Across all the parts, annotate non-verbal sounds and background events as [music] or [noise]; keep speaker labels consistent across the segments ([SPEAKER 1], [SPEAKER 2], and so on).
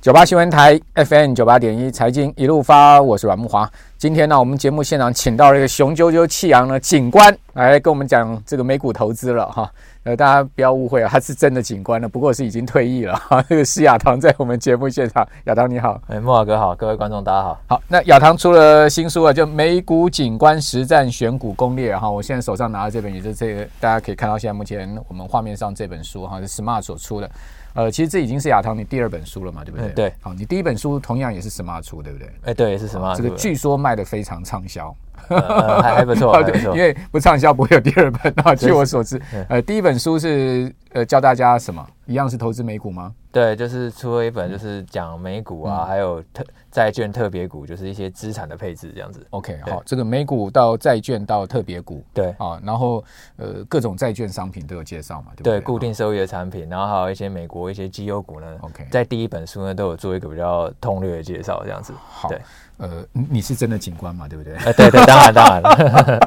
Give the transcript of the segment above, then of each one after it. [SPEAKER 1] 九八新闻台 FM 九八点一财经一路发，我是阮木华。今天呢，我们节目现场请到了一个雄赳赳气昂的警官来跟我们讲这个美股投资了哈。呃，大家不要误会啊，他是真的警官了，不过是已经退役了哈。这个施亚堂在我们节目现场，亚堂你好，
[SPEAKER 2] 哎，木华哥好，各位观众大家好。
[SPEAKER 1] 好，那亚堂出了新书啊，就《美股警官实战选股攻略》哈。我现在手上拿的这本，也就是这个大家可以看到，现在目前我们画面上这本书哈，是 Smart 所出的。呃，其实这已经是亚堂你第二本书了嘛，对不对？
[SPEAKER 2] 嗯对
[SPEAKER 1] 好，你第一本书同样也是 Smart 出，对不对？
[SPEAKER 2] 哎，对，是什么？
[SPEAKER 1] 这个据说卖的非常畅销，啊
[SPEAKER 2] 呃呃还还
[SPEAKER 1] [laughs]
[SPEAKER 2] 不错，还不
[SPEAKER 1] 对，
[SPEAKER 2] 错
[SPEAKER 1] 因。为不畅销不会有第二本
[SPEAKER 2] [laughs]
[SPEAKER 1] 啊。据我所知
[SPEAKER 2] 对，
[SPEAKER 1] 呃，第一本书是呃教大家什么？一样是投资美股吗？
[SPEAKER 2] 对，就是出了一本，就是讲美股
[SPEAKER 1] 嗯
[SPEAKER 2] 啊，还有特债券特别股，就是一些资产的配置这样子。
[SPEAKER 1] OK，
[SPEAKER 2] 对
[SPEAKER 1] 好，这个美股到债券到特别股
[SPEAKER 2] 对
[SPEAKER 1] 啊，然后呃各种债券商品都有介绍嘛，对不对？
[SPEAKER 2] 对，固定收益的产品，然后还有一些美国一些绩优股呢
[SPEAKER 1] OK
[SPEAKER 2] 在第一本书呢都有做一个比较通略的介绍这样子。
[SPEAKER 1] 好
[SPEAKER 2] 对，
[SPEAKER 1] 呃，你你是真的警官嘛，对不 [laughs] 对？
[SPEAKER 2] 呃，对对，当然当然。 [laughs]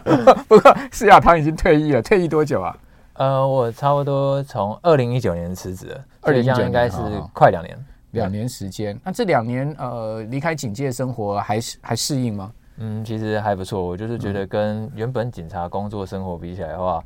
[SPEAKER 1] 不过施亚堂已经退役了，退役多久啊？
[SPEAKER 2] 呃，我差不多从二零一九年辞职了，所以
[SPEAKER 1] 2019
[SPEAKER 2] 这样应该是
[SPEAKER 1] 年好好
[SPEAKER 2] 快两年。
[SPEAKER 1] 两年时间，那这两年呃离开警戒生活还是还适应吗？
[SPEAKER 2] 嗯，其实还不错。我就是觉
[SPEAKER 1] 嗯
[SPEAKER 2] 得跟原本警察工作生活比起来的话，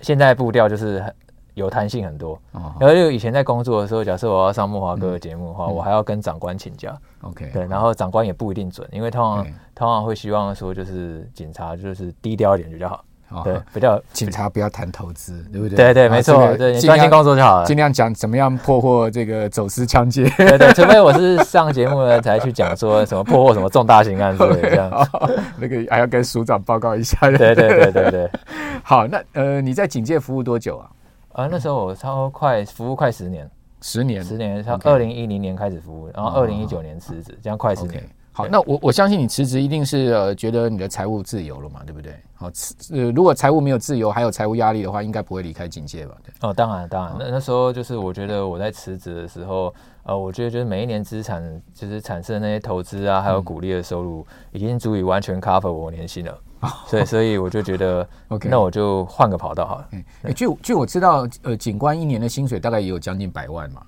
[SPEAKER 2] 现在步调就是很有弹性很多。
[SPEAKER 1] 哦嗯
[SPEAKER 2] 然后就以前在工作的时候，假设我要上木华哥的节目的话，我还要跟长官请假，
[SPEAKER 1] ，OK，
[SPEAKER 2] 对，然后长官也不一定准，因为通常
[SPEAKER 1] 对
[SPEAKER 2] 通常会希望说就是警察就是低调一点比较好，
[SPEAKER 1] 好
[SPEAKER 2] 对，比较
[SPEAKER 1] 哦警察不要谈投资，对不对？
[SPEAKER 2] 对对
[SPEAKER 1] 啊
[SPEAKER 2] 没
[SPEAKER 1] 这
[SPEAKER 2] 错
[SPEAKER 1] 个
[SPEAKER 2] 对你
[SPEAKER 1] 尽量
[SPEAKER 2] 专心工作就好了
[SPEAKER 1] 尽量讲怎么样破获这个走私枪械。
[SPEAKER 2] 对对，除非我是上节目了才去讲说什么破获什么重大刑案之类的
[SPEAKER 1] [laughs]
[SPEAKER 2] 这样。
[SPEAKER 1] 哦那个还要跟署长报告一下。
[SPEAKER 2] 对对对对对，
[SPEAKER 1] [laughs] 好，那呃，你在警戒服务多久啊？
[SPEAKER 2] 啊，那时候我差不多快服务快十年。
[SPEAKER 1] 十年。
[SPEAKER 2] 十年，像
[SPEAKER 1] OK
[SPEAKER 2] 二零一零年开始服务，然后二零一九年辞职，这样快十
[SPEAKER 1] OK
[SPEAKER 2] 年。。
[SPEAKER 1] 好，
[SPEAKER 2] 对
[SPEAKER 1] 那我我相信你辞职一定是呃觉得你的财务自由了嘛，对不对？好，辞呃如果财务没有自由，还有财务压力的话，应该不会离开警戒吧？对。
[SPEAKER 2] 哦，当然，当然，那那时候就是我觉得我在辞职的时候，呃，我觉得就是每一年资产就是产生的那些投资啊，还有股利的收入，已经足以完全 cover 我年薪 [laughs] 了。所以，所以我就觉 [laughs] 得
[SPEAKER 1] OK
[SPEAKER 2] 那我就换个跑道好了。
[SPEAKER 1] 嗯，诶据据我知道，呃，警官一年的薪水大概也有将近百万嘛。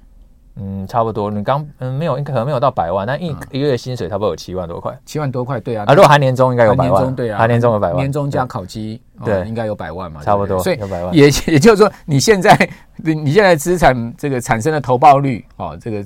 [SPEAKER 2] 嗯，差不多。你刚嗯没有，可能没有到百万，但一一个月薪水差不多有七万多块
[SPEAKER 1] 七万多块，对啊，
[SPEAKER 2] 嗯啊。如果含年终应该有
[SPEAKER 1] 含
[SPEAKER 2] 百
[SPEAKER 1] 年
[SPEAKER 2] 万
[SPEAKER 1] 终，对啊，
[SPEAKER 2] 含年终有百万，
[SPEAKER 1] 年终加考绩，哦
[SPEAKER 2] 对
[SPEAKER 1] 应该有百万嘛，
[SPEAKER 2] 差不多
[SPEAKER 1] 对对
[SPEAKER 2] 有百
[SPEAKER 1] 所
[SPEAKER 2] 万
[SPEAKER 1] 以也也就是说，你现在你你现在资产这个产生的投报率，哦，这个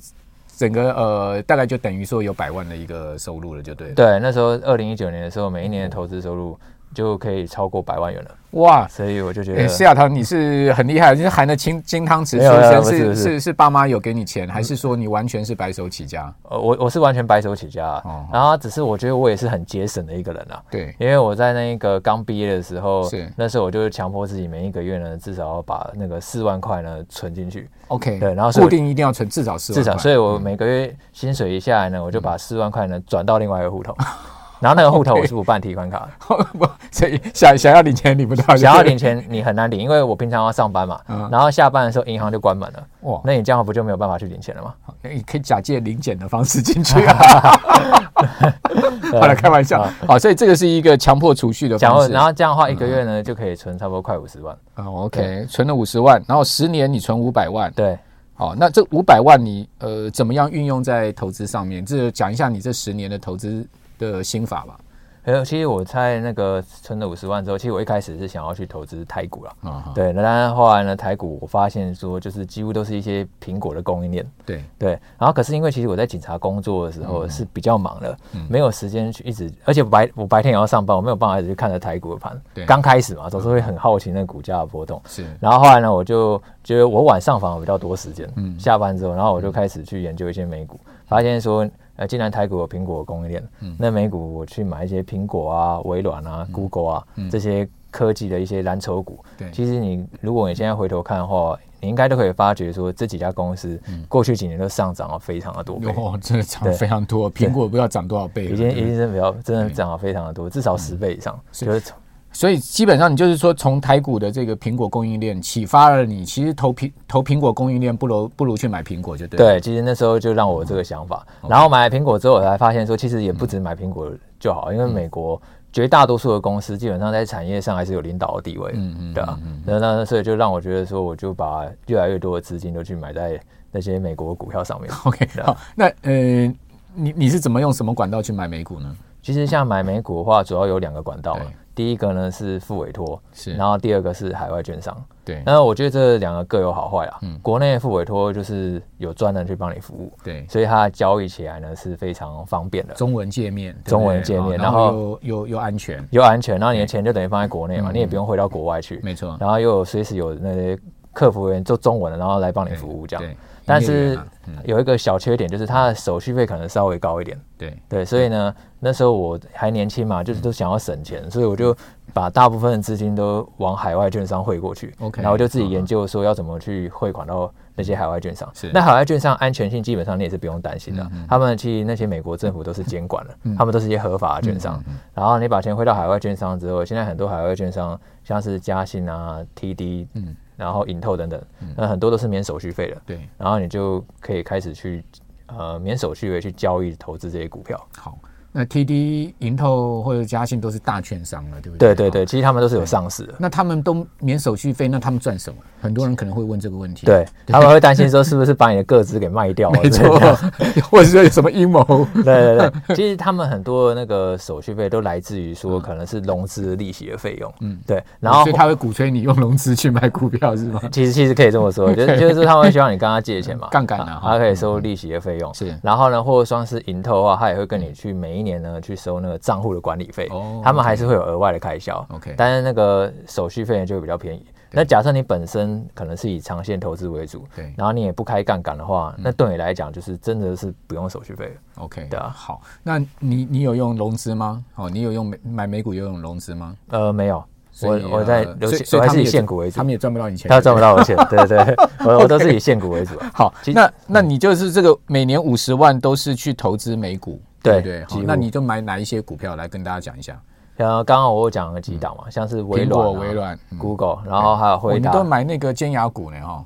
[SPEAKER 1] 整个呃大概就等于说有百万的一个收入了，就对了。
[SPEAKER 2] 对，那时候二零一九年的时候，每一年的投资收入就可以超过百万元了。
[SPEAKER 1] 哇，
[SPEAKER 2] 所以我就觉
[SPEAKER 1] 哎，
[SPEAKER 2] 得，
[SPEAKER 1] 施亚堂，你是很厉害，就是含着金金汤匙
[SPEAKER 2] 没有没
[SPEAKER 1] 出
[SPEAKER 2] 有
[SPEAKER 1] 生，
[SPEAKER 2] 不是
[SPEAKER 1] 是
[SPEAKER 2] 不是
[SPEAKER 1] 是是爸妈有给你钱，还是说你完全是白手起家？
[SPEAKER 2] 呃，我我是完全白手起家、
[SPEAKER 1] 哦
[SPEAKER 2] 啊，然后只是我觉得我也是很节省的一个人啊，
[SPEAKER 1] 对，
[SPEAKER 2] 因为我在那个刚毕业的时候
[SPEAKER 1] 是，
[SPEAKER 2] 那时候我就强迫自己每一个月呢，至少要把那个四万块呢存进去，
[SPEAKER 1] OK，
[SPEAKER 2] 对然后是
[SPEAKER 1] 固定一定要存至少四
[SPEAKER 2] 至
[SPEAKER 1] 万块，嗯
[SPEAKER 2] 少，所以我每个月薪水一下来呢，我就把四万块呢转到另外一个
[SPEAKER 1] [laughs]
[SPEAKER 2] 户头，然后那个户头我是不办提款卡的，
[SPEAKER 1] 不， [laughs] 所以想想要领钱领不到，
[SPEAKER 2] 想要领钱你很难领，因为我平常要上班嘛
[SPEAKER 1] 嗯，哦
[SPEAKER 2] 然后下班的时候银行就关门了，
[SPEAKER 1] 哇，
[SPEAKER 2] 那你这样不就没有办法去领钱了吗？
[SPEAKER 1] 那你可以假借零检的方式进去啊。
[SPEAKER 2] [laughs]
[SPEAKER 1] 好了，开玩笑。好，所以这个是一个强迫储蓄的
[SPEAKER 2] 然
[SPEAKER 1] 方
[SPEAKER 2] 后
[SPEAKER 1] 式。
[SPEAKER 2] 然后这样的话，一个月呢就可以存差不多快五十万。
[SPEAKER 1] 哦，OK，存了五十万，然后十年你存五百万。
[SPEAKER 2] 对，
[SPEAKER 1] 好，那这五百万你呃怎么样运用在投资上面？这讲一下你这十年的投资的心法吧。
[SPEAKER 2] 还有其实我在那个存了五十万之后，其实我一开始是想要去投资台股啦。
[SPEAKER 1] 啊，
[SPEAKER 2] 对，那当然后来呢，台股我发现说就是几乎都是一些苹果的供应链。
[SPEAKER 1] 对
[SPEAKER 2] 对，然后可是因为其实我在警察工作的时候是比较忙的，
[SPEAKER 1] 嗯
[SPEAKER 2] 没有时间去一直，而且白我白天也要上班，我没有办法一直去看着台股的盘
[SPEAKER 1] 对。
[SPEAKER 2] 刚开始嘛，总是会很好奇那个股价的波动。
[SPEAKER 1] 是
[SPEAKER 2] 然后后来呢，我就觉得我晚上反而比较多时间，嗯，下班之后，然后我就开始去研究一些美股，发现说，呃，既然台股有苹果供应链，那美股我去买一些苹果啊、微软啊、Google 啊、这些科技的一些蓝筹股，
[SPEAKER 1] 对
[SPEAKER 2] 其实你如果你现在回头看的话，你应该都可以发觉说，这几家公司过去几年都上涨了非常的多
[SPEAKER 1] [laughs]
[SPEAKER 2] 倍。
[SPEAKER 1] 哦，真的涨
[SPEAKER 2] 对
[SPEAKER 1] 非常多，苹果不知道涨多少倍了。
[SPEAKER 2] 已经
[SPEAKER 1] 对
[SPEAKER 2] 已经是比较真的涨了非常的多，至少十倍以上，就是从
[SPEAKER 1] 所以基本上你就是说，从台股的这个苹果供应链启发了你，其实投苹投苹果供应链不如不如去买苹果就对嗯了。
[SPEAKER 2] 对，其实那时候就让我有这个想法。然后买了苹果之后，我才发现说，其实也
[SPEAKER 1] 嗯
[SPEAKER 2] 不止买苹果就好，因为美国绝大多数的公司基本上在产业上还是有领导的
[SPEAKER 1] 嗯
[SPEAKER 2] 地位，嗯嗯，对啊。那那所以就让我觉得说，我就把越来越多的资金都去买在那些美国股票上
[SPEAKER 1] [laughs]
[SPEAKER 2] 面。
[SPEAKER 1] OK，
[SPEAKER 2] 对啊
[SPEAKER 1] 好，那呃，你你是怎么用什么管道去买美股呢？
[SPEAKER 2] 其实像买美股的话，主要有两个管道嘛
[SPEAKER 1] 对。
[SPEAKER 2] 第一个呢是付委托，
[SPEAKER 1] 是
[SPEAKER 2] 然后第二个是海外券商。
[SPEAKER 1] 对
[SPEAKER 2] 那我觉得这两个各有好坏啦。啊
[SPEAKER 1] 嗯
[SPEAKER 2] 国内的付委托就是有专人去帮你服务，
[SPEAKER 1] 对，
[SPEAKER 2] 所以它交易起来呢是非常方便的，
[SPEAKER 1] 中文界面，对不对
[SPEAKER 2] 中文界面
[SPEAKER 1] 好
[SPEAKER 2] 然
[SPEAKER 1] 然
[SPEAKER 2] 后
[SPEAKER 1] 又又又安全，
[SPEAKER 2] 又安全，然后你的钱就等于放在国内嘛，
[SPEAKER 1] 嗯
[SPEAKER 2] 你也不用回到国外去，
[SPEAKER 1] 没错，
[SPEAKER 2] 然后又有随时有那些客服员做中文的，然后来帮你
[SPEAKER 1] 对
[SPEAKER 2] 服务这
[SPEAKER 1] 对
[SPEAKER 2] 样。但
[SPEAKER 1] 营业
[SPEAKER 2] 是
[SPEAKER 1] 员啊嗯
[SPEAKER 2] 有一个小缺点，就是它的手续费可能稍微高一点。
[SPEAKER 1] 对
[SPEAKER 2] 对，所以呢，那时候我还年轻嘛，
[SPEAKER 1] 嗯
[SPEAKER 2] 就是都想要省钱，所以我就把大部分的资金都往海外券商汇过去。
[SPEAKER 1] OK，嗯
[SPEAKER 2] 然后我就自己研究说要怎么去汇款到那些海外券商。
[SPEAKER 1] 是嗯
[SPEAKER 2] 那海外券商安全性基本上你也是不用担心的，他们其实那些美国政府都是监管的，他们都是一些合法的券商。
[SPEAKER 1] 嗯
[SPEAKER 2] 然后你把钱汇到海外券商之后，现在很多海外券商像是嘉信啊、TD，
[SPEAKER 1] 嗯
[SPEAKER 2] 然后影透等等，那很多都是免手续费的。
[SPEAKER 1] 对，
[SPEAKER 2] 然后你就可以开始去呃免手续费去交易投资这些股票。
[SPEAKER 1] 好。那 TD、银透或者嘉信都是大券商了，对不对？
[SPEAKER 2] 对对
[SPEAKER 1] 好。
[SPEAKER 2] 对，其实他们都是有上市的。
[SPEAKER 1] 那他们都免手续费，那他们赚什么？很多人可能会问这个问题。 [laughs]
[SPEAKER 2] 对，他 [laughs] 们会担心说是不是把你的个资给卖掉啊？
[SPEAKER 1] 没错
[SPEAKER 2] 对，
[SPEAKER 1] [laughs] 或者说有什么阴谋？
[SPEAKER 2] [laughs] 对对 [laughs] 对，其实他们很多的那个手续费都来自于说可能是融资利息的费用。嗯，对， [laughs] 然后
[SPEAKER 1] 所以他会鼓吹你用融资去买股票
[SPEAKER 2] [laughs]
[SPEAKER 1] 是吗？
[SPEAKER 2] 其实其实可以这么说，
[SPEAKER 1] [laughs]
[SPEAKER 2] 就是就是他们会希望你跟他借钱嘛，
[SPEAKER 1] 杠杆啊哈
[SPEAKER 2] 他可以收利息的费用。
[SPEAKER 1] 是
[SPEAKER 2] 然后呢，或者说是银投的话，他也会跟你去每一年呢去收那个账户的管理费
[SPEAKER 1] 哦，
[SPEAKER 2] 他们还是会有额外的开销。
[SPEAKER 1] OK
[SPEAKER 2] 但是那个手续费就会比较便宜。那假设你本身可能是以长线投资为主，
[SPEAKER 1] 对嗯
[SPEAKER 2] 然后你也不开杠杆的话，那对你来讲就是真的是不用手续费了。
[SPEAKER 1] ，OK，
[SPEAKER 2] 对啊
[SPEAKER 1] 好，那你你有用融资吗？哦，你有用美买美股有用融资吗？
[SPEAKER 2] 呃，没有，
[SPEAKER 1] 所
[SPEAKER 2] 我
[SPEAKER 1] 以
[SPEAKER 2] 我
[SPEAKER 1] 呃
[SPEAKER 2] 在留
[SPEAKER 1] 所以
[SPEAKER 2] 钱，
[SPEAKER 1] 所
[SPEAKER 2] 我
[SPEAKER 1] 以
[SPEAKER 2] 还
[SPEAKER 1] 他
[SPEAKER 2] 是
[SPEAKER 1] 们
[SPEAKER 2] 以
[SPEAKER 1] 也
[SPEAKER 2] 现股为主
[SPEAKER 1] 他，们也赚不到你钱，
[SPEAKER 2] 他赚不到
[SPEAKER 1] [laughs]
[SPEAKER 2] 我钱，对对，对我我都是以现股为主啊。
[SPEAKER 1] 好，
[SPEAKER 2] 其实
[SPEAKER 1] 那那你就是这个每年五十万都是去投资美股，
[SPEAKER 2] 对
[SPEAKER 1] 不对，
[SPEAKER 2] 几
[SPEAKER 1] 好，
[SPEAKER 2] 乎
[SPEAKER 1] 那你就买哪一些股票来跟大家讲一下？
[SPEAKER 2] 然后刚刚我有讲了几档嘛，像是微
[SPEAKER 1] 嗯苹
[SPEAKER 2] 软啊、
[SPEAKER 1] 果、微软、嗯
[SPEAKER 2] Google，然后还有
[SPEAKER 1] 我
[SPEAKER 2] 回
[SPEAKER 1] 们
[SPEAKER 2] 答。
[SPEAKER 1] 都买那个尖牙股呢，哈。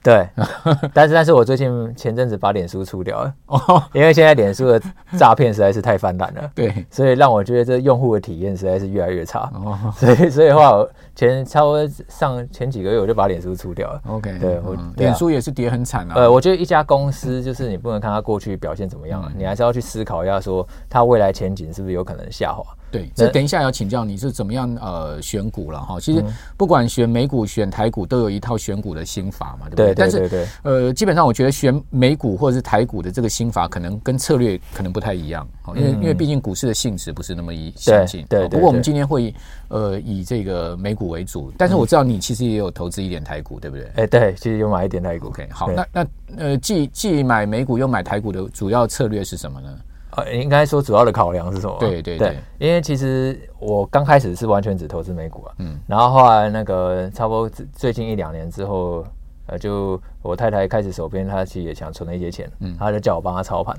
[SPEAKER 2] 对， [laughs] 但是但是我最近前阵子把脸书出掉了，
[SPEAKER 1] 哦，
[SPEAKER 2] 因为现在脸书的诈骗实在是太泛滥了，
[SPEAKER 1] 对，
[SPEAKER 2] 所以让我觉得这用户的体验实在是越来越差。
[SPEAKER 1] 哦
[SPEAKER 2] 所以所以的话，我前差不多上前几个月我就把脸书出掉了。
[SPEAKER 1] ，OK，
[SPEAKER 2] 对我
[SPEAKER 1] 嗯
[SPEAKER 2] 对啊
[SPEAKER 1] 脸书也是跌很惨啊。
[SPEAKER 2] 呃，我觉得一家公司就是你不能看它过去表现怎么样啊，
[SPEAKER 1] 嗯
[SPEAKER 2] 你还是要去思考一下，说它未来前景是不是有可能下滑。
[SPEAKER 1] 对，这
[SPEAKER 2] 那
[SPEAKER 1] 等一下要请教你是怎么样呃选股了哈。其实
[SPEAKER 2] 嗯
[SPEAKER 1] 不管选美股、选台股，都有一套选股的心法嘛，对不
[SPEAKER 2] 对
[SPEAKER 1] 但
[SPEAKER 2] 对
[SPEAKER 1] 是
[SPEAKER 2] 对对，
[SPEAKER 1] 呃，基本上我觉得选美股或者是台股的这个心法，可能跟策略可能不太一样，哦因为、因为毕竟股市的性质不是那么一相近。
[SPEAKER 2] 嗯对对
[SPEAKER 1] 哦
[SPEAKER 2] 对
[SPEAKER 1] 不过我们
[SPEAKER 2] 对
[SPEAKER 1] 今天会呃以这个美股为主，但是我知道你其实也有投资一点台股，对不对
[SPEAKER 2] 哎对，其实有买一点台股。
[SPEAKER 1] ？OK，好，
[SPEAKER 2] 对
[SPEAKER 1] 那那呃，既既买美股又买台股的主要策略是什么呢？
[SPEAKER 2] 呃，应该说主要的考量是什么啊？
[SPEAKER 1] 对对对
[SPEAKER 2] 对，因为其实我刚开始是完全只投资美股啊，嗯，然后后来那个差不多最最近一两年之后，呃，就我太太开始手边，她其实也想存了一些钱，嗯，她就叫我帮她
[SPEAKER 1] [laughs]
[SPEAKER 2] 操盘，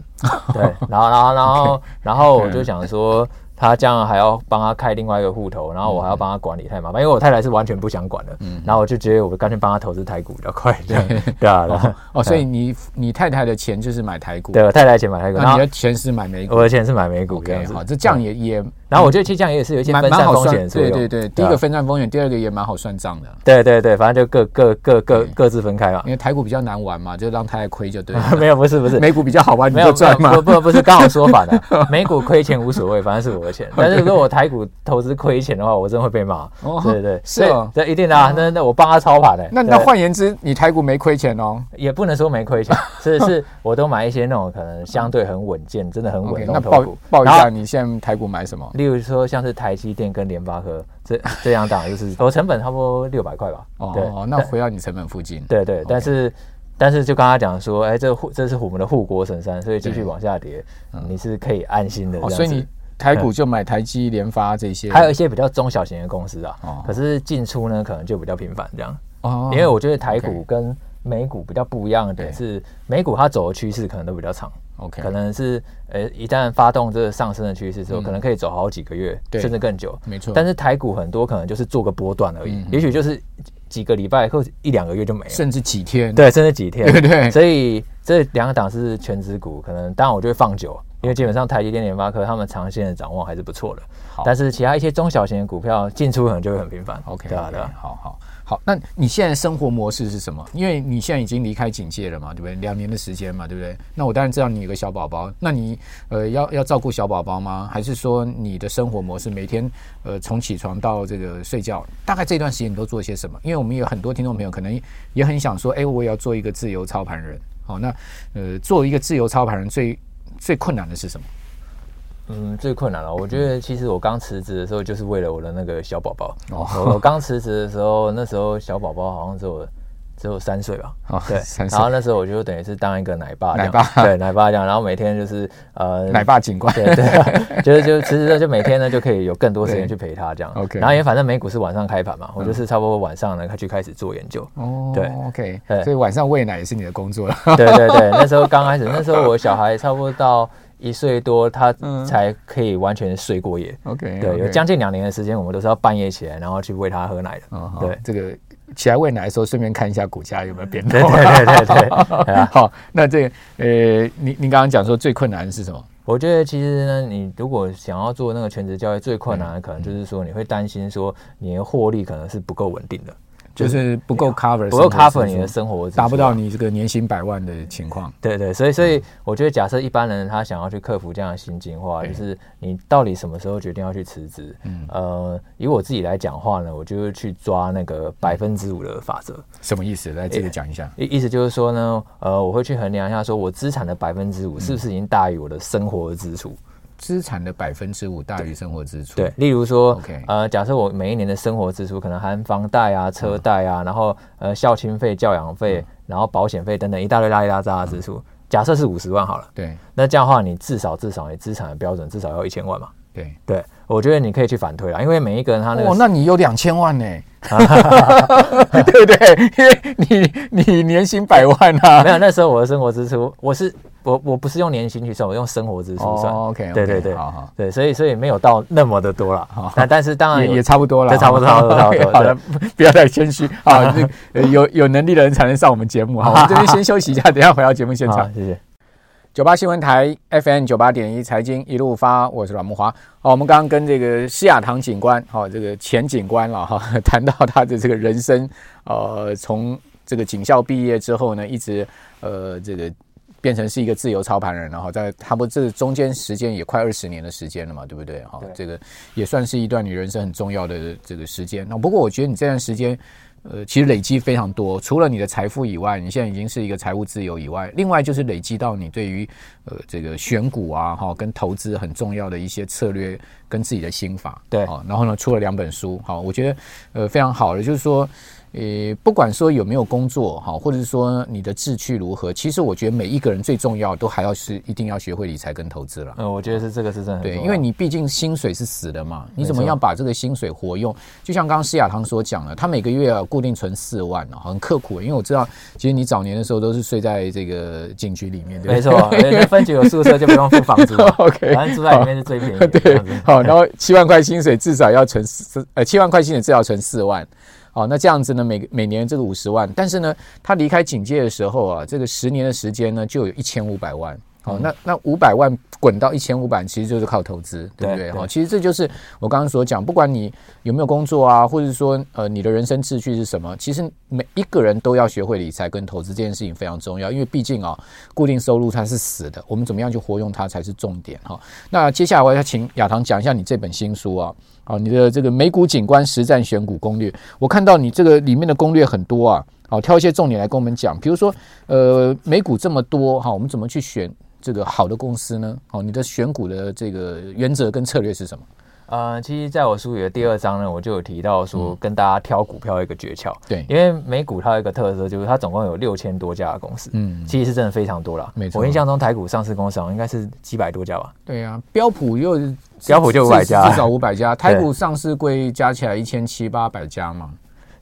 [SPEAKER 2] 对，然后然后然后然后
[SPEAKER 1] 嗯
[SPEAKER 2] 我就想说。她这样还要帮她开另外一个户头，然后我还
[SPEAKER 1] 嗯
[SPEAKER 2] 要帮她管理，太麻烦。因为我太太是完全不想管的，然后我就觉得我干脆帮她投资台股比较快，这
[SPEAKER 1] [laughs]
[SPEAKER 2] 样对啊，然后
[SPEAKER 1] 哦，所以你你太太的钱就是买台股，
[SPEAKER 2] 对我太太钱买台股，然
[SPEAKER 1] 啊那你
[SPEAKER 2] 后
[SPEAKER 1] 的钱是买美股。
[SPEAKER 2] 我的钱是买美股
[SPEAKER 1] OK，
[SPEAKER 2] 这样子
[SPEAKER 1] 好，。这这样也也
[SPEAKER 2] 然后我觉得其实这样也是有一些
[SPEAKER 1] 蛮
[SPEAKER 2] 分
[SPEAKER 1] 蛮
[SPEAKER 2] 散
[SPEAKER 1] 好
[SPEAKER 2] 风
[SPEAKER 1] 算
[SPEAKER 2] 险，的作
[SPEAKER 1] 对
[SPEAKER 2] 用。
[SPEAKER 1] 对对，第一个分散风险，第二个也蛮好算账的，
[SPEAKER 2] 对对对，反正就各各各各各自分
[SPEAKER 1] [laughs]
[SPEAKER 2] 开嘛
[SPEAKER 1] 因。为台股比较难玩嘛，就让太太亏就对
[SPEAKER 2] [laughs]
[SPEAKER 1] 了。
[SPEAKER 2] 没有，不是不是，
[SPEAKER 1] 美股比较好玩，你
[SPEAKER 2] 没有
[SPEAKER 1] 就赚嘛
[SPEAKER 2] 不。不不是，刚好说
[SPEAKER 1] [laughs]
[SPEAKER 2] 反了。美股亏钱无所谓，反正是我的钱。但是如果我台股投资亏钱的话，我真的会被骂。
[SPEAKER 1] 哦
[SPEAKER 2] 对对，
[SPEAKER 1] 是哦
[SPEAKER 2] 对，对一定的啊。那那我帮他操盘的，
[SPEAKER 1] 那
[SPEAKER 2] 对
[SPEAKER 1] 那换言之，你台股没亏钱哦。
[SPEAKER 2] 也不能说
[SPEAKER 1] [laughs]
[SPEAKER 2] 没亏钱，是是，我都买一些那种可能相对很稳健，真的很
[SPEAKER 1] OK，
[SPEAKER 2] 稳
[SPEAKER 1] 那
[SPEAKER 2] 龙
[SPEAKER 1] 报
[SPEAKER 2] 头股。
[SPEAKER 1] 报一
[SPEAKER 2] 然后
[SPEAKER 1] 下你现在台股买什么？
[SPEAKER 2] 例如说像是台积电跟联发科这这两档，就是我成本差不多六百块吧。对
[SPEAKER 1] 哦，那回到你成本附近。
[SPEAKER 2] 对对，但是但是就刚刚讲说，哎，这护这是我们的护国神山，所以继续
[SPEAKER 1] 对嗯
[SPEAKER 2] 往下跌，你是可以安心的这
[SPEAKER 1] 哦，
[SPEAKER 2] 样子。
[SPEAKER 1] 所以你台股就买台积、联发这些。
[SPEAKER 2] 还有一些比较中小型的公司
[SPEAKER 1] 哦
[SPEAKER 2] 啊，可是进出呢可能就比较频繁这样，
[SPEAKER 1] 哦
[SPEAKER 2] 因为我觉得台股
[SPEAKER 1] OK
[SPEAKER 2] 跟美股比较不一样的点
[SPEAKER 1] 对
[SPEAKER 2] 是，美股它走的趋势可能都比较长。
[SPEAKER 1] OK，嗯
[SPEAKER 2] 可能是呃，一旦发动这个上升的趋势之后，可能可以走好几个月，
[SPEAKER 1] 对
[SPEAKER 2] 甚至更久。
[SPEAKER 1] 没错嗯
[SPEAKER 2] 但是台股很多可能就是做个波段而已，也许就是几个礼拜或者一两个月就没了。
[SPEAKER 1] 甚至几天。
[SPEAKER 2] 对，甚至几天，
[SPEAKER 1] 对对
[SPEAKER 2] 所以这两个档是全指股，可能当然我就会放久，因为基本上台积电、联发科他们长线的展望还是不错的
[SPEAKER 1] 好。
[SPEAKER 2] 但是其他一些中小型的股票进出可能就会很频繁。
[SPEAKER 1] OK，
[SPEAKER 2] 对啊，对啊。
[SPEAKER 1] 好好好，那你现在生活模式是什么？因为你现在已经离开警戒了嘛，对不对？两年的时间嘛，对不对？那我当然知道你有个小宝宝，那你呃要要照顾小宝宝吗？还是说你的生活模式每天呃从起床到这个睡觉，大概这段时间你都做些什么？因为我们有很多听众朋友可能也很想说，哎，我也要做一个自由操盘人。好、那呃，做一个自由操盘人最最困难的是什么？
[SPEAKER 2] 嗯，最困难了。我觉得其实我刚辞职的时候，就是为了我的那个小宝宝。
[SPEAKER 1] 哦
[SPEAKER 2] 我我刚辞职的时候，那时候小宝宝好像只有只有三岁吧，
[SPEAKER 1] 哦
[SPEAKER 2] 对
[SPEAKER 1] 三。岁
[SPEAKER 2] 然后那时候我就等于是当一个奶爸这
[SPEAKER 1] 奶
[SPEAKER 2] 样，
[SPEAKER 1] 爸
[SPEAKER 2] 对奶爸这样。然后每天就是呃，
[SPEAKER 1] 奶爸警官，
[SPEAKER 2] 对对， [laughs] 就是就是其实就每天呢就可以有更多时间去陪他这样。
[SPEAKER 1] OK 嗯
[SPEAKER 2] 然后也反正美股是晚上开盘嘛，我就是差不多晚上呢去开始做研究。
[SPEAKER 1] 哦，
[SPEAKER 2] 对
[SPEAKER 1] ，OK，
[SPEAKER 2] 对
[SPEAKER 1] 所以晚上喂奶也是你的工作了。
[SPEAKER 2] 对对对，那时候刚开始，那时候我小孩差不多到一岁多，他才可以完全睡过夜。
[SPEAKER 1] 嗯哎 OK，
[SPEAKER 2] 对，有将近两年的时间，我们都是要半夜起来，然后去喂他喝奶的。
[SPEAKER 1] 哦，好
[SPEAKER 2] 对，
[SPEAKER 1] 这个起来喂奶的时候，顺便看一下股价有没有变动 [laughs]
[SPEAKER 2] 对。对对对对，对啊！
[SPEAKER 1] 好，那这个呃，您您刚刚讲说最困难的是什么？
[SPEAKER 2] 我觉得其实呢，你如果想要做那个全职教育，最困难
[SPEAKER 1] 嗯
[SPEAKER 2] 的可能就是说，你会担心说你的获利可能是不够稳定的，
[SPEAKER 1] 就是不够 cover，
[SPEAKER 2] 啊不够 cover 你
[SPEAKER 1] 生活支出
[SPEAKER 2] 的生活支出，
[SPEAKER 1] 达不到你这个年薪百万的情况。
[SPEAKER 2] 对对，所以所以我觉得，假设一般人他想要去克服这样的心境的话，就是你到底什么时候决定要去辞职？呃，以我自己来讲话呢，我就是去抓那个百分之五的法则，
[SPEAKER 1] 什么意思？来，这个讲一下。
[SPEAKER 2] 意意思就是说呢，呃，我会去衡量一下，说我资产的百分之五是不是已经大于我的生活支出？
[SPEAKER 1] 资产的百分之五大于生活支出。
[SPEAKER 2] 对，，例如说
[SPEAKER 1] OK
[SPEAKER 2] 呃，假设我每一年的生活支出可能含房贷啊、车贷啊，然后呃校庆费、教养费，然后保险费等等一大堆拉里拉杂的支出，假设是五十万好了。
[SPEAKER 1] 对，
[SPEAKER 2] 那这样的话，你至少至少你资产的标准至少要一千万嘛？
[SPEAKER 1] 对。
[SPEAKER 2] 对，我觉得你可以去反推啦，因为每一个人他那个、
[SPEAKER 1] 哦，那你有两千万呢，
[SPEAKER 2] [laughs]
[SPEAKER 1] [laughs] 对不对？因为你你年薪百万啊
[SPEAKER 2] 没。有那时候我的生活支出，我是我我不是用年薪去算，我用生活支出算。
[SPEAKER 1] 哦，OK，OK，
[SPEAKER 2] 对对对，
[SPEAKER 1] 好好
[SPEAKER 2] 对，所以所以没有到那么的多啦。但但是当然
[SPEAKER 1] 也
[SPEAKER 2] 有
[SPEAKER 1] 也差不多了，
[SPEAKER 2] 对哎差不多差不多差不多
[SPEAKER 1] [laughs] 好了，不不要太谦
[SPEAKER 2] [laughs]
[SPEAKER 1] 虚啊！这呃有有能力的人才能上我们节目好，我们这边先休息一下，等一下回到节目现场
[SPEAKER 2] 好。谢谢。
[SPEAKER 1] 九八新闻台 FM 九八点一财经一路发，我是阮木华。好，我们刚刚跟这个施雅堂警官，好、这个前警官了哈、 [laughs] 谈到他的这个人生，呃，从这个警校毕业之后呢，一直呃这个变成是一个自由操盘人，然后在差不多这中间时间也快二十年的时间了嘛，对不对？哈、
[SPEAKER 2] 对
[SPEAKER 1] 这个也算是一段你人生很重要的这个时间。那不过我觉得你这段时间。呃，其实累积非常多。除了你的财富以外，你现在已经是一个财务自由以外，另外就是累积到你对于呃这个选股啊，哈、跟投资很重要的一些策略跟自己的心法。
[SPEAKER 2] 对
[SPEAKER 1] 好然后呢，出了两本书，好、我觉得呃非常好的，就是说。呃，不管说有没有工作哈，或者是说你的志趣如何，其实我觉得每一个人最重要都还要是一定要学会理财跟投资了。
[SPEAKER 2] 嗯，我觉得是这个是真的很
[SPEAKER 1] 对，
[SPEAKER 2] 重要
[SPEAKER 1] 因为你毕竟薪水是死的嘛，你怎么
[SPEAKER 2] 没错
[SPEAKER 1] 样把这个薪水活用？就像刚刚施雅堂所讲的，他每个月啊固定存四万啊，很刻苦。因为我知道，其实你早年的时候都是睡在这个警局里面，对不对？，
[SPEAKER 2] 没错，啊哎对那分局有宿舍就不用付房租了
[SPEAKER 1] OK， [laughs]
[SPEAKER 2] 反正住在里面是最便宜的。这
[SPEAKER 1] 对
[SPEAKER 2] 样子，
[SPEAKER 1] 好，然后七万块薪水至少要存四呃七万块薪水至少存四万。好，那这样子呢，每每年这个五十万，但是呢，他离开警戒的时候啊，这个十年的时间呢，就有一千五百万。好，那那五百万滚到一千五百，其实就是靠投资，对不对？
[SPEAKER 2] 对
[SPEAKER 1] 好，
[SPEAKER 2] 对
[SPEAKER 1] 其实这就是我刚刚所讲，不管你有没有工作啊，或者说呃你的人生志趣是什么，其实每一个人都要学会理财跟投资这件事情非常重要，因为毕竟啊、固定收入它是死的，我们怎么样去活用它才是重点哈、那接下来我要请亚堂讲一下你这本新书啊，好、你的这个美股景观实战选股攻略，我看到你这个里面的攻略很多啊，好、挑一些重点来跟我们讲，比如说呃美股这么多哈、我们怎么去选？这个好的公司呢？好、你的选股的这个原则跟策略是什么？
[SPEAKER 2] 呃，其实在我书里的第二章呢，我就有提到
[SPEAKER 1] 嗯
[SPEAKER 2] 说跟大家挑股票一个诀窍。
[SPEAKER 1] 对
[SPEAKER 2] 因为美股它有一个特色，就是它总共有六千多家的公司，
[SPEAKER 1] 嗯
[SPEAKER 2] 嗯，其实是真的非常多啦。
[SPEAKER 1] 没错
[SPEAKER 2] 我印象中台股上市公司好像应该是几百多家吧。
[SPEAKER 1] 对啊，标普又
[SPEAKER 2] 标普就
[SPEAKER 1] 至
[SPEAKER 2] 500家
[SPEAKER 1] 至少五百家，台股上市柜加起来一千七八百家嘛，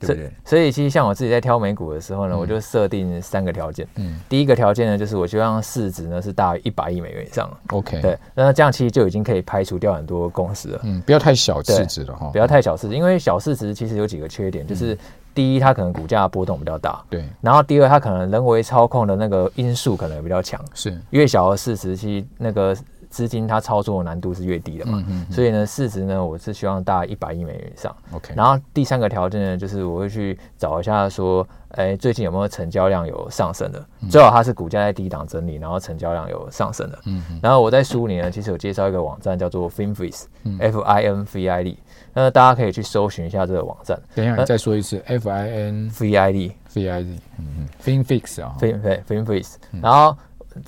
[SPEAKER 1] 对不
[SPEAKER 2] 所
[SPEAKER 1] 对？
[SPEAKER 2] 所以其实像我自己在挑美股的时候呢，我就设定三个条件。
[SPEAKER 1] 嗯
[SPEAKER 2] 第一个条件呢，就是我希望市值呢是大于一百亿美元以上。
[SPEAKER 1] ，OK，
[SPEAKER 2] 对，那这样其实就已经可以排除掉很多公司了。
[SPEAKER 1] 嗯，不要太小
[SPEAKER 2] 对
[SPEAKER 1] 市值了哈
[SPEAKER 2] 不，要太小市值，因为小市值其实有几个缺点，就是
[SPEAKER 1] 嗯
[SPEAKER 2] 第一，它可能股价波动比较大，
[SPEAKER 1] 对，
[SPEAKER 2] 然后第二，它可能人为操控的那个因素可能也比较强。
[SPEAKER 1] 是
[SPEAKER 2] 越小的市值，其实那个资金它操作难度是越低的
[SPEAKER 1] 嗯
[SPEAKER 2] 嘛，所以呢，市值呢，我是希望大概一百亿美元以上。
[SPEAKER 1] OK，
[SPEAKER 2] 然后第三个条件呢，就是我会去找一下说，哎，最近有没有成交量有上升的？
[SPEAKER 1] 嗯
[SPEAKER 2] 最好它是股价在低档整理，然后成交量有上升的。
[SPEAKER 1] 嗯
[SPEAKER 2] 然后我在书里呢，其实有介绍一个网站叫做
[SPEAKER 1] 嗯
[SPEAKER 2] FinVis，F I N V I D，那大家可以去搜寻一下这个网站
[SPEAKER 1] 等一下，你再说一次，F
[SPEAKER 2] 呃
[SPEAKER 1] I N
[SPEAKER 2] ，V I D。
[SPEAKER 1] V I D，嗯，Fin Fix 啊，
[SPEAKER 2] Fin Fin Fin Freeze，然
[SPEAKER 1] 嗯
[SPEAKER 2] 后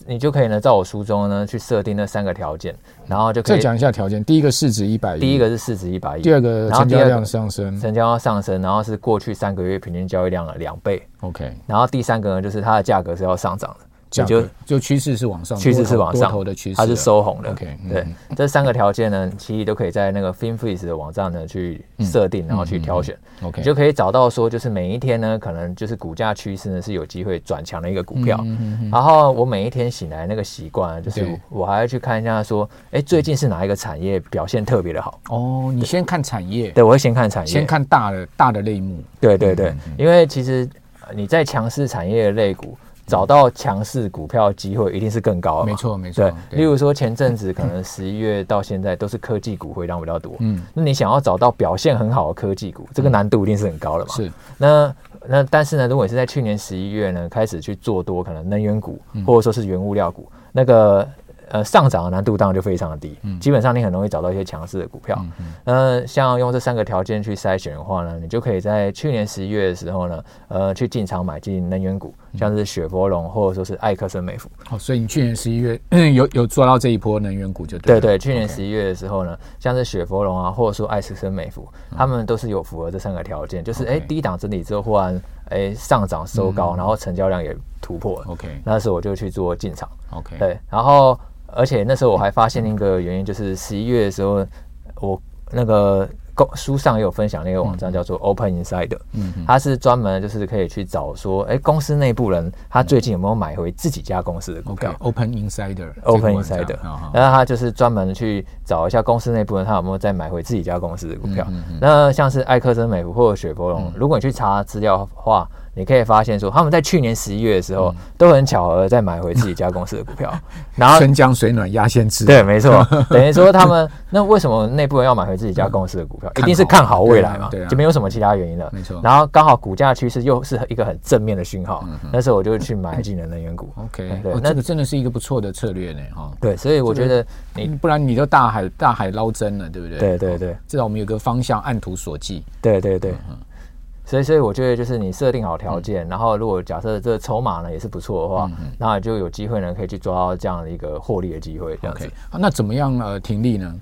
[SPEAKER 2] 你就可以呢，照我书中呢去设定那三个条件，然后就可
[SPEAKER 1] 再
[SPEAKER 2] 以。
[SPEAKER 1] 讲一下条件，第一个市值一百亿，
[SPEAKER 2] 第一个是市值一百亿，
[SPEAKER 1] 第二个
[SPEAKER 2] 然后
[SPEAKER 1] 成
[SPEAKER 2] 第
[SPEAKER 1] 交
[SPEAKER 2] 二
[SPEAKER 1] 量
[SPEAKER 2] 个
[SPEAKER 1] 上升
[SPEAKER 2] 成交量上升，然后是过去三个月平均交易量的两倍，
[SPEAKER 1] ，OK，
[SPEAKER 2] 然后第三个呢就是它的价格是要上涨的，
[SPEAKER 1] 价
[SPEAKER 2] 就
[SPEAKER 1] 格就趋势是往上，
[SPEAKER 2] 趋势
[SPEAKER 1] 多头
[SPEAKER 2] 是往
[SPEAKER 1] 多
[SPEAKER 2] 上，
[SPEAKER 1] 头的趋势，啊
[SPEAKER 2] 它是，收红的。
[SPEAKER 1] OK，嗯
[SPEAKER 2] 对，这三个条件呢，其实都可以在那个 FinFreeze 的网站呢去设
[SPEAKER 1] 嗯
[SPEAKER 2] 定，然后去挑选。
[SPEAKER 1] OK
[SPEAKER 2] 你就可以找到说，就是每一天呢，可能就是股价趋势呢是有机会转强的一个股票。
[SPEAKER 1] 嗯
[SPEAKER 2] 然后我每一天醒来那个习惯啊，就是
[SPEAKER 1] 对
[SPEAKER 2] 我还要去看一下说，哎，最近是哪一个产业表现特别的好？
[SPEAKER 1] 哦，你先看产业，
[SPEAKER 2] 对，我会先看产业，
[SPEAKER 1] 先看大的大的类目，
[SPEAKER 2] 对对
[SPEAKER 1] 嗯
[SPEAKER 2] 对，因为其实呃你在强势产业的类股找到强势股票的机会，一定是更高的嘛。
[SPEAKER 1] 没错没错对
[SPEAKER 2] 哦对，例如说前阵子可
[SPEAKER 1] [laughs]
[SPEAKER 2] 能十一月到现在都是科技股回量比较多，
[SPEAKER 1] 嗯
[SPEAKER 2] 嗯，那你想要找到表现很好的科技股，这个难度一定是很高的嘛。
[SPEAKER 1] 是，
[SPEAKER 2] 那那但是呢，如果你是在去年十一月呢开始去做多，可能能源股或者说是原物料股，那个呃上涨的难度当然就非常的低，基本上你很容易找到一些强势的股票。那像用这三个条件去筛选的话呢，你就可以在去年十一月的时候呢，呃去进场买进能源股，像是雪佛龙或者说是埃克森美孚。
[SPEAKER 1] 哦，所以你去年十一月 [coughs] 有有做到这一波能源股就对了，
[SPEAKER 2] 对对，去年
[SPEAKER 1] OK
[SPEAKER 2] 十一月的时候呢，像是雪佛龙啊，或者说艾斯森美孚，他们都是有符合这三个条件，就是
[SPEAKER 1] 嗯 OK 嗯
[SPEAKER 2] 哎低档整理之后忽然哎上涨收高，然后成交量也突破了。
[SPEAKER 1] ，OK
[SPEAKER 2] 那时候我就去做进场，
[SPEAKER 1] OK，
[SPEAKER 2] 对，然后而且那时候我还发现一个原因，就是十一月的时候，我那个公书上也有分享那个网
[SPEAKER 1] 嗯
[SPEAKER 2] 站叫做 Open Insider，嗯，它是专门就是可以去找说，哎，公司内部人他最近有没有买回自己家公司的股票。
[SPEAKER 1] OK，Open Insider，
[SPEAKER 2] Open Insider，
[SPEAKER 1] 啊，
[SPEAKER 2] 然后他就是专门去找一下公司内部人，他有没有再买回自己家公司的股票。
[SPEAKER 1] 嗯
[SPEAKER 2] 那像是埃克森美孚或者雪佛龙，如果你去查资料的话，你可以发现说，他们在去年十一月的时
[SPEAKER 1] 嗯
[SPEAKER 2] 候，都很巧合地再买回自己家公司的股
[SPEAKER 1] [laughs]
[SPEAKER 2] 票。然后
[SPEAKER 1] 春江水暖鸭先知，
[SPEAKER 2] 对，
[SPEAKER 1] [laughs]
[SPEAKER 2] 没错，等于说他们那为什么内部人要买回自己家公司的股票，一定是看好未来嘛，
[SPEAKER 1] 对啊对啊
[SPEAKER 2] 就没有什么其他原因了。
[SPEAKER 1] 没错嗯
[SPEAKER 2] 然后刚好股价趋势又是一个很正面的讯号，那时候我就去买进了能源股。
[SPEAKER 1] ，OK，
[SPEAKER 2] 对
[SPEAKER 1] 哦，
[SPEAKER 2] 那
[SPEAKER 1] 这个真的是一个不错的策略呢，哈。
[SPEAKER 2] 对，所以我觉得你
[SPEAKER 1] 不然你就大海大海捞针了，对不对？
[SPEAKER 2] 对对对
[SPEAKER 1] 至少我们有个方向，按图索骥。
[SPEAKER 2] 对对嗯对，嗯所以所以我觉得就是你设定好条件，然后如果假设这筹码呢也是不错的话，那就有机会呢可以去抓到这样的一个获利的机会，这样
[SPEAKER 1] OK，
[SPEAKER 2] 子。
[SPEAKER 1] 好那怎么样呃停利呢？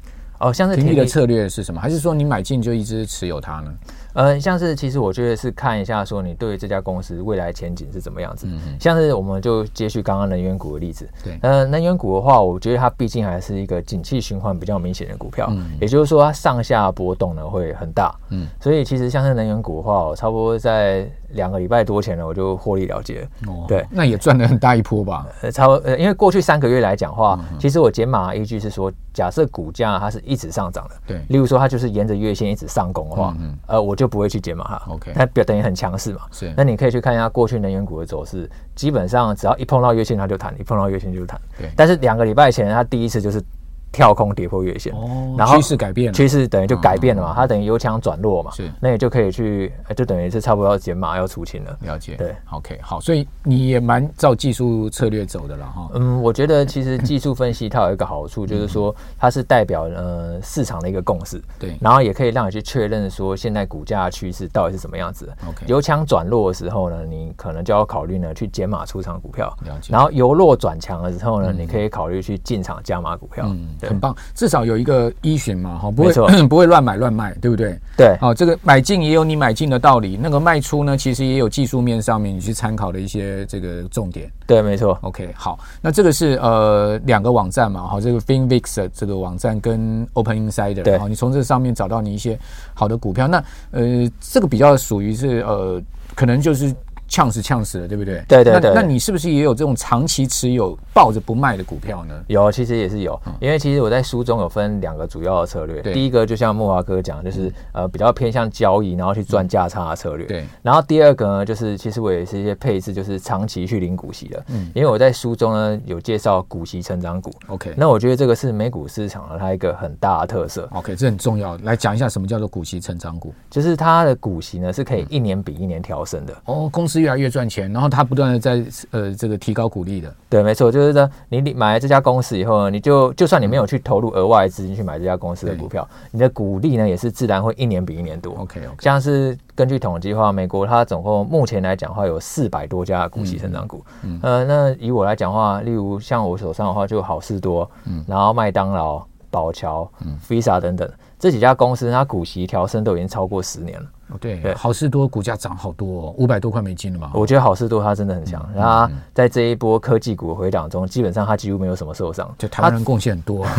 [SPEAKER 2] 哦，像是
[SPEAKER 1] 停利
[SPEAKER 2] 停
[SPEAKER 1] 的
[SPEAKER 2] 利，
[SPEAKER 1] 策略是什么？还是说你买进就一直持有它呢？
[SPEAKER 2] 呃，像是其实我觉得是看一下说你对这家公司未来前景是怎么样子。像是我们就接续刚刚能源股的例子，
[SPEAKER 1] 对
[SPEAKER 2] 呃，能源股的话，我觉得它毕竟还是一个景气循环比较明显的股票，也就是说它上下波动呢会很大，
[SPEAKER 1] 嗯
[SPEAKER 2] 嗯，所以其实像是能源股的话，我差不多在两个礼拜多前呢我就获利了结了，
[SPEAKER 1] 哦
[SPEAKER 2] 对
[SPEAKER 1] 那也赚了很大一波吧？
[SPEAKER 2] 呃，差不多，呃，因为过去三个月来讲
[SPEAKER 1] 嗯
[SPEAKER 2] 话，其实我解码依据是说，假设股价它是一直上涨的，
[SPEAKER 1] 对
[SPEAKER 2] 例如说它就是沿着月线一直上攻的话，呃，我就不会去解码它
[SPEAKER 1] 嗯 OK
[SPEAKER 2] 它表等于很强势嘛，
[SPEAKER 1] 是
[SPEAKER 2] 那你可以去看一下过去能源股的走势，基本上只要一碰到月线它就弹，一碰到月线就弹，
[SPEAKER 1] 对
[SPEAKER 2] 但是两个礼拜前它第一次就是跳空跌破月线，
[SPEAKER 1] 哦
[SPEAKER 2] 然后
[SPEAKER 1] 趋势改变了嗯
[SPEAKER 2] 趋势等于就改变了嘛，它等于由强转弱嘛，
[SPEAKER 1] 是
[SPEAKER 2] 那你就可以去，呃就等于是差不多要解码要出清了。
[SPEAKER 1] 了解。
[SPEAKER 2] 对
[SPEAKER 1] ，OK，好，所以你也蛮照技术策略走的了哈。
[SPEAKER 2] 嗯，我觉得其实技术分析它有一个好处，
[SPEAKER 1] 嗯
[SPEAKER 2] 就是说它是代表呃市场的一个共识，
[SPEAKER 1] 对
[SPEAKER 2] 然后也可以让你去确认说现在股价的趋势到底是什么样子。
[SPEAKER 1] OK
[SPEAKER 2] 由强转弱的时候呢，你可能就要考虑呢去减码出场股票，
[SPEAKER 1] 了解
[SPEAKER 2] 然后由弱转强的时候呢，你可以考虑去进场加码股票。
[SPEAKER 1] 嗯，
[SPEAKER 2] 对
[SPEAKER 1] 很棒，至少有一个依循嘛，哈，不
[SPEAKER 2] 没错
[SPEAKER 1] 会 [clears throat] 不会乱买乱卖，对不对？
[SPEAKER 2] 对
[SPEAKER 1] 好、哦这个买进也有你买进的道理，那个卖出呢，其实也有技术面上面你去参考的一些这个重点。
[SPEAKER 2] 对，没错。
[SPEAKER 1] OK，好，那这个是呃两个网站嘛，哈，这个 FinVix 的这个网站跟 Open Insider，
[SPEAKER 2] 对
[SPEAKER 1] 好，你从这上面找到你一些好的股票，那呃这个比较属于是呃可能就是呛死呛死了，对不对？
[SPEAKER 2] 对对对
[SPEAKER 1] 那那你是不是也有这种长期持有抱着不卖的股票呢？
[SPEAKER 2] 有，其实也是有，因为其实我在书中有分两个主要的策略。
[SPEAKER 1] 嗯对嗯
[SPEAKER 2] 第一个就像莫华哥讲，就是、呃比较偏向交易，然后去赚价差的策略。
[SPEAKER 1] 对。
[SPEAKER 2] 然后第二个呢，就是其实我也是一些配置，就是长期去领股息的。嗯。因为我在书中呢有介绍股息成长股。
[SPEAKER 1] OK
[SPEAKER 2] 那我觉得这个是美股市场的它一个很大的特色，
[SPEAKER 1] OK，这很重要。来讲一下什么叫做股息成长股。
[SPEAKER 2] 就是它的股息呢是可以
[SPEAKER 1] 嗯
[SPEAKER 2] 一年比一年调升的。
[SPEAKER 1] 哦，公司越来越赚钱，然后它不断的在呃这个提高股利的。
[SPEAKER 2] 对，没错，就是呢，你你买了这家公司以后呢，你就就算你没有去投入额外资金去买这家公司的
[SPEAKER 1] 嗯对哦
[SPEAKER 2] 股票，你的股利呢也是自然会一年比一年多。
[SPEAKER 1] OK OK，
[SPEAKER 2] 像是根据统计的话，美国它总共目前来讲的话有四百多家股息成长股。嗯，呃，那以我来讲的话，例如像我手上的话，就好事多，嗯，然后麦当劳、宝乔、嗯、Visa 等等这几家公司，它股息调升都已经超过十年了。
[SPEAKER 1] 哦对，
[SPEAKER 2] 对
[SPEAKER 1] 好事多股价涨好多、哦，五百多块美金了嘛。
[SPEAKER 2] 我觉得好事多它真的很强，然后它在这一波科技股的回档中，基本上它几乎没有什么受 [laughs] 伤。
[SPEAKER 1] 就台湾人贡献很多、啊，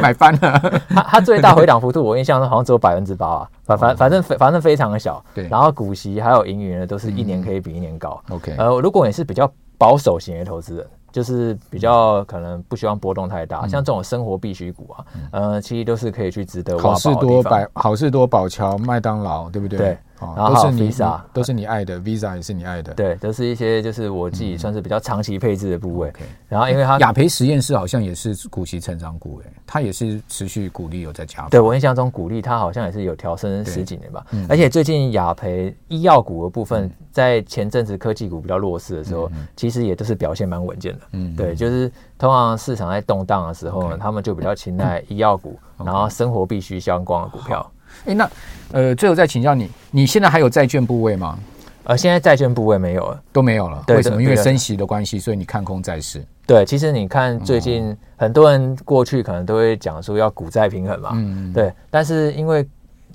[SPEAKER 1] [laughs] 买翻了。
[SPEAKER 2] 它它最大回档幅度，我印象中好像只有百分之八啊，反反反正非反正非常的小。
[SPEAKER 1] 对
[SPEAKER 2] 然后股息还有盈余呢，都是一年可以比一年高。
[SPEAKER 1] OK，
[SPEAKER 2] 呃，如果你是比较保守型的投资人，就是比较可能不希望波动太大，像这种生活必需股啊，呃，其实都是可以去值得挖
[SPEAKER 1] 好
[SPEAKER 2] 宝
[SPEAKER 1] 事
[SPEAKER 2] 的地
[SPEAKER 1] 多
[SPEAKER 2] 方
[SPEAKER 1] 百好事多宝桥麦当劳，对不对？
[SPEAKER 2] 对
[SPEAKER 1] 哦
[SPEAKER 2] 然后
[SPEAKER 1] 都
[SPEAKER 2] 还有
[SPEAKER 1] 是你
[SPEAKER 2] Visa
[SPEAKER 1] 都是你爱的，Visa 也是你爱的。，
[SPEAKER 2] 对，都是一些就是我自己算是比较长期配置的部位。然后因为它
[SPEAKER 1] 雅培实验室好像也是股息成长股，哎，它也是持续股利有在加。
[SPEAKER 2] 对，我印象中股利它好像也是有调升十几年吧，而且最近雅培医药股的部分，在前阵子科技股比较弱势的时候，其实也都是表现蛮稳健的。嗯，对，就是通常市场在动荡的时候呢，他们就比较青睐医药股，然后生活必需相关的股票。
[SPEAKER 1] 哎，那呃，最后再请教你，你现在还有债券部位吗？
[SPEAKER 2] 呃，现在债券部位没有了。
[SPEAKER 1] 都没有了，
[SPEAKER 2] 对
[SPEAKER 1] 为什么？
[SPEAKER 2] 对
[SPEAKER 1] 因为
[SPEAKER 2] 对
[SPEAKER 1] 升息的关系，所以你看空债市。
[SPEAKER 2] 对，其实你看最近很多人过去可能都会讲说要股债平衡嘛，
[SPEAKER 1] 嗯，
[SPEAKER 2] 对，但是因为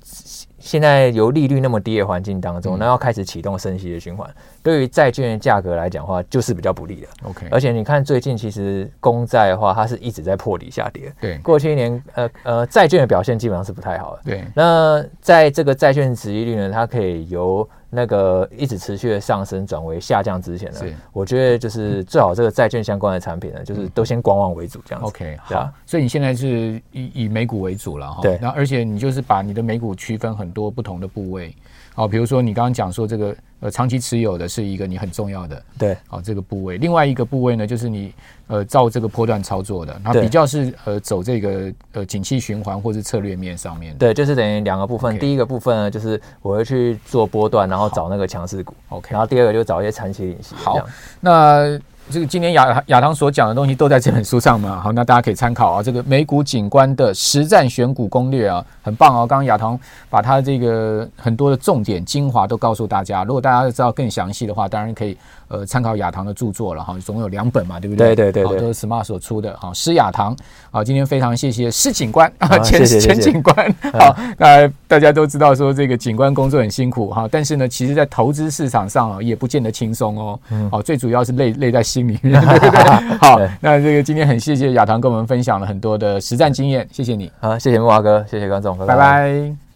[SPEAKER 2] 现现在由利率那么低的环境当中，那要开始启动升息的循环，对于债券的价格来讲的话，就是比较不利的。
[SPEAKER 1] ，OK，
[SPEAKER 2] 而且你看最近其实公债的话，它是一直在破底下跌。
[SPEAKER 1] 对
[SPEAKER 2] 过去一年，呃呃，债券的表现基本上是不太好的。
[SPEAKER 1] 对
[SPEAKER 2] 那在这个债券值利率呢，它可以由那个一直持续的上升转为下降之前呢
[SPEAKER 1] 是，嗯
[SPEAKER 2] 我觉得就是最好这个债券相关的产品呢，就是都先观望为主这样子。
[SPEAKER 1] ，OK，
[SPEAKER 2] 对啊
[SPEAKER 1] 好，所以你现在是以以美股为主了哈。
[SPEAKER 2] 对
[SPEAKER 1] 那而且你就是把你的美股区分很多不同的部位，好，比如说你刚刚讲说这个呃长期持有的是一个你很重要的，
[SPEAKER 2] 对。
[SPEAKER 1] 好这个部位，另外一个部位呢就是你呃照这个波段操作的，那
[SPEAKER 2] 对
[SPEAKER 1] 比较是呃走这个呃景气循环或是策略面上面的。
[SPEAKER 2] 对，就是等于两个部分。
[SPEAKER 1] OK
[SPEAKER 2] 第一个部分呢，就是我会去做波段，然后找那个强势股。
[SPEAKER 1] OK
[SPEAKER 2] 然后第二个就找一些长期领息。
[SPEAKER 1] 好
[SPEAKER 2] 这样
[SPEAKER 1] 那这个今天亚亚堂所讲的东西都在这本书上嘛，好，那大家可以参考啊。这个美股景观的实战选股攻略啊，很棒哦。刚刚亚堂把他这个很多的重点精华都告诉大家，如果大家知道更详细的话，当然可以呃参考亚堂的著作了哈，总共有两本嘛，对不对？
[SPEAKER 2] 对对对
[SPEAKER 1] 好，
[SPEAKER 2] 对
[SPEAKER 1] 都是 Smart 所出的啊。施亚堂啊，今天非常谢谢施警官啊，前
[SPEAKER 2] 谢谢谢嗯
[SPEAKER 1] 前
[SPEAKER 2] 谢
[SPEAKER 1] 警官。好，那大家都知道说这个警官工作很辛苦哈，但是呢，其实在投资市场上啊，也不见得轻松哦。好，最主要是
[SPEAKER 2] [laughs]
[SPEAKER 1] 累累在心里 [laughs] 面，对不对？好
[SPEAKER 2] 嗯对，
[SPEAKER 1] 那这个今天很谢谢亚堂跟我们分享了很多的实战经验，谢谢你，
[SPEAKER 2] 好，谢谢木华哥，谢谢观众，
[SPEAKER 1] 拜拜。